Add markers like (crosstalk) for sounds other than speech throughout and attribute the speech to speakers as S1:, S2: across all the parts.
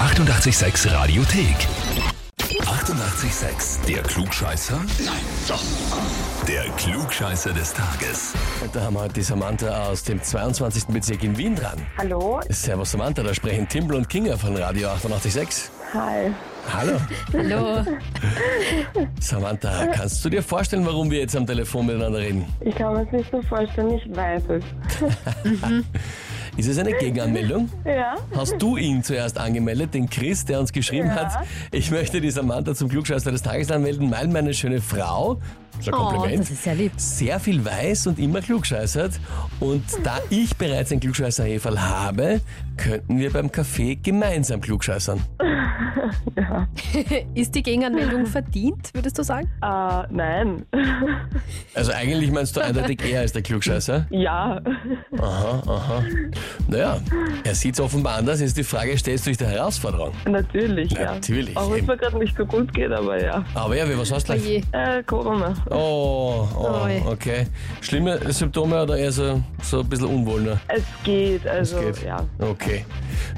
S1: 886 Radiothek. 88,6. Der Klugscheißer? Nein, doch. Der Klugscheißer des Tages.
S2: Und da haben wir heute die Samantha aus dem 22. Bezirk in Wien dran.
S3: Hallo.
S2: Servus Samantha, da sprechen Timbel und Kinga von Radio 886.
S3: Hi.
S2: Hallo.
S4: Hallo.
S2: Samantha, kannst du dir vorstellen, warum wir jetzt am Telefon miteinander reden?
S3: Ich kann mir es nicht so vorstellen, ich weiß es.
S2: (laughs) Ist es eine Gegenanmeldung?
S3: Ja?
S2: Hast du ihn zuerst angemeldet, den Chris, der uns geschrieben
S3: Ja.
S2: hat, ich möchte die Samantha zum Klugscheißer des Tages anmelden, weil meine schöne Frau, das ist ein
S4: Oh,
S2: Kompliment,
S4: das ist sehr lieb.
S2: sehr viel weiß und immer klugscheißert. Und da ich bereits ein Klugscheißerheferl habe, könnten wir beim Kaffee gemeinsam klugscheißern.
S4: Ist die
S2: (laughs)
S4: Gegenanmeldung verdient, würdest du sagen?
S3: Äh, nein. (laughs)
S2: Also eigentlich meinst du eindeutig, er ist der Klugscheißer?
S3: ja. (laughs)
S2: Aha, aha. Naja, er sieht es offenbar anders. Jetzt die Frage, stellst du dich der Herausforderung?
S3: Natürlich, ja.
S2: Natürlich,
S3: Auch wenn es
S2: eben.
S3: mir gerade nicht so gut geht, aber ja.
S2: Aber ja, wie was hast du gleich?
S4: Oje.
S3: Äh, Corona.
S2: Oh,
S4: Oi.
S2: oh, okay. Schlimme Symptome oder eher so, so ein bisschen unwohl? Ne?
S3: Es geht, also
S2: Geht.
S3: ja.
S2: Okay.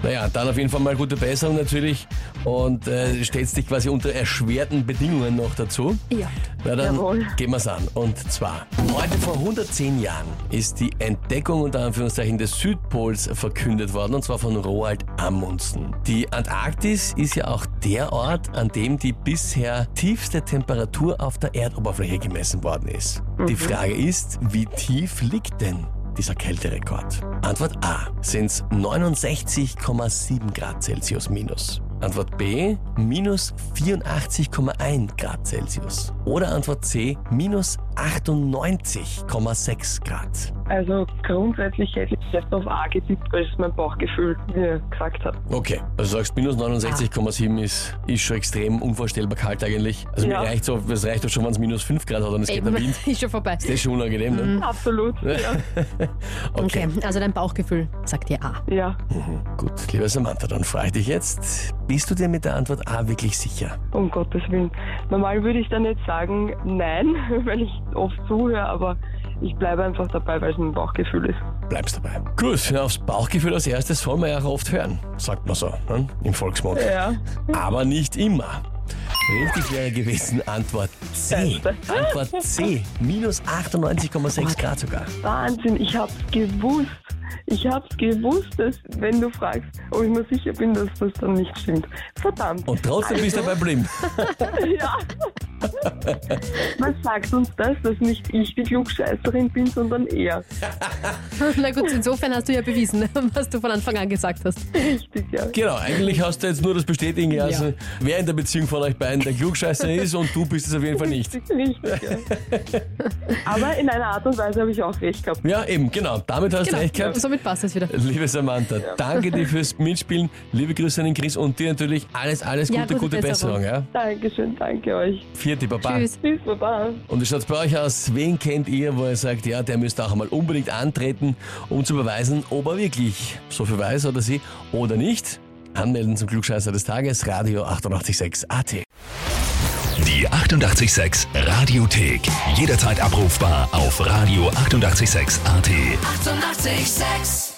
S2: Naja, dann auf jeden Fall mal gute Besserung natürlich und äh, stellst dich quasi unter erschwerten Bedingungen noch dazu.
S4: Ja.
S2: Na dann
S3: Jawohl.
S2: gehen wir's an. Und zwar, heute vor 110 Jahren ist die Entdeckung unter Anführungszeichen des Südpols verkündet worden, und zwar von Roald Amundsen. Die Antarktis ist ja auch der Ort, an dem die bisher tiefste Temperatur auf der Erdoberfläche gemessen worden ist. Die Frage ist, wie tief liegt denn dieser Kälterekord? Antwort A sind 69,7 Grad Celsius minus. Antwort B minus 84,1 Grad Celsius. Oder Antwort C minus 98,6 Grad.
S3: Also grundsätzlich hätte ich jetzt auf A getippt, weil es mein Bauchgefühl mir gesagt (laughs) hat.
S2: Okay, also du sagst, minus 69,7 ist, ist schon extrem unvorstellbar kalt eigentlich. Also
S3: Ja.
S2: mir reicht so, es reicht doch schon, wenn es minus 5 Grad hat und es geht der
S4: Eben,
S2: Wind.
S4: (laughs) ist schon vorbei.
S2: Das ist schon unangenehm,
S3: Mhm,
S2: ne? (laughs)
S3: Absolut. Ja.
S2: Okay.
S4: Okay, also dein Bauchgefühl sagt dir A. (laughs)
S3: ja.
S2: Mhm. Gut, lieber Samantha, dann frage ich dich jetzt, bist du dir mit der Antwort A wirklich sicher?
S3: Um Gottes Willen. Normal würde ich dann jetzt sagen, nein, (laughs) weil ich oft zuhöre, aber ich bleibe einfach dabei, weil es mein Bauchgefühl ist.
S2: Bleibst dabei. Gut, ja, aufs Bauchgefühl als erstes soll man ja auch oft hören, sagt man so, ne? im Volksmund.
S3: Ja.
S2: Aber nicht immer. Richtig wäre gewesen Antwort C. Antwort C. Minus 98,6 Grad sogar.
S3: Wahnsinn, ich hab's gewusst. Ich hab's gewusst, dass wenn du fragst, ob ich mir sicher bin, dass das dann nicht stimmt. Verdammt.
S2: Und trotzdem bist du dabei blieben.
S3: (laughs) Ja. Was sagt uns das, dass nicht ich die Klugscheißerin bin, sondern er?
S4: Na gut, insofern hast du ja bewiesen, (laughs) was du von Anfang an gesagt hast.
S3: Richtig, ja.
S2: Genau, eigentlich hast du jetzt nur das bestätigen lassen, wer in der Beziehung von euch beiden der Klugscheißer ist und du bist es auf jeden Fall nicht.
S3: Richtig, richtig, ja. Aber in einer Art und Weise habe ich auch recht gehabt.
S2: Ja, eben, genau. Damit hast
S4: Genau,
S2: du recht gehabt.
S4: somit passt es wieder.
S2: Liebe Samantha, danke dir fürs Mitspielen. Liebe Grüße an den Chris und dir natürlich alles, alles Gute,
S4: Ja,
S2: gute,
S4: gute
S2: Besserung. Ja?
S3: Dankeschön, danke euch.
S2: Vierte Baba.
S4: Tschüss.
S3: Tschüss, Baba.
S2: Und wie schaut's bei euch aus? Wen kennt ihr, wo ihr sagt, ja, der müsste auch einmal unbedingt antreten, um zu beweisen, ob er wirklich so viel weiß oder sie oder nicht? Anmelden zum Klugscheißer des Tages, Radio 886 AT.
S1: Die 88,6 Radiothek. Jederzeit abrufbar auf radio886.at. 88,6.
S5: Eighty-eight, sex.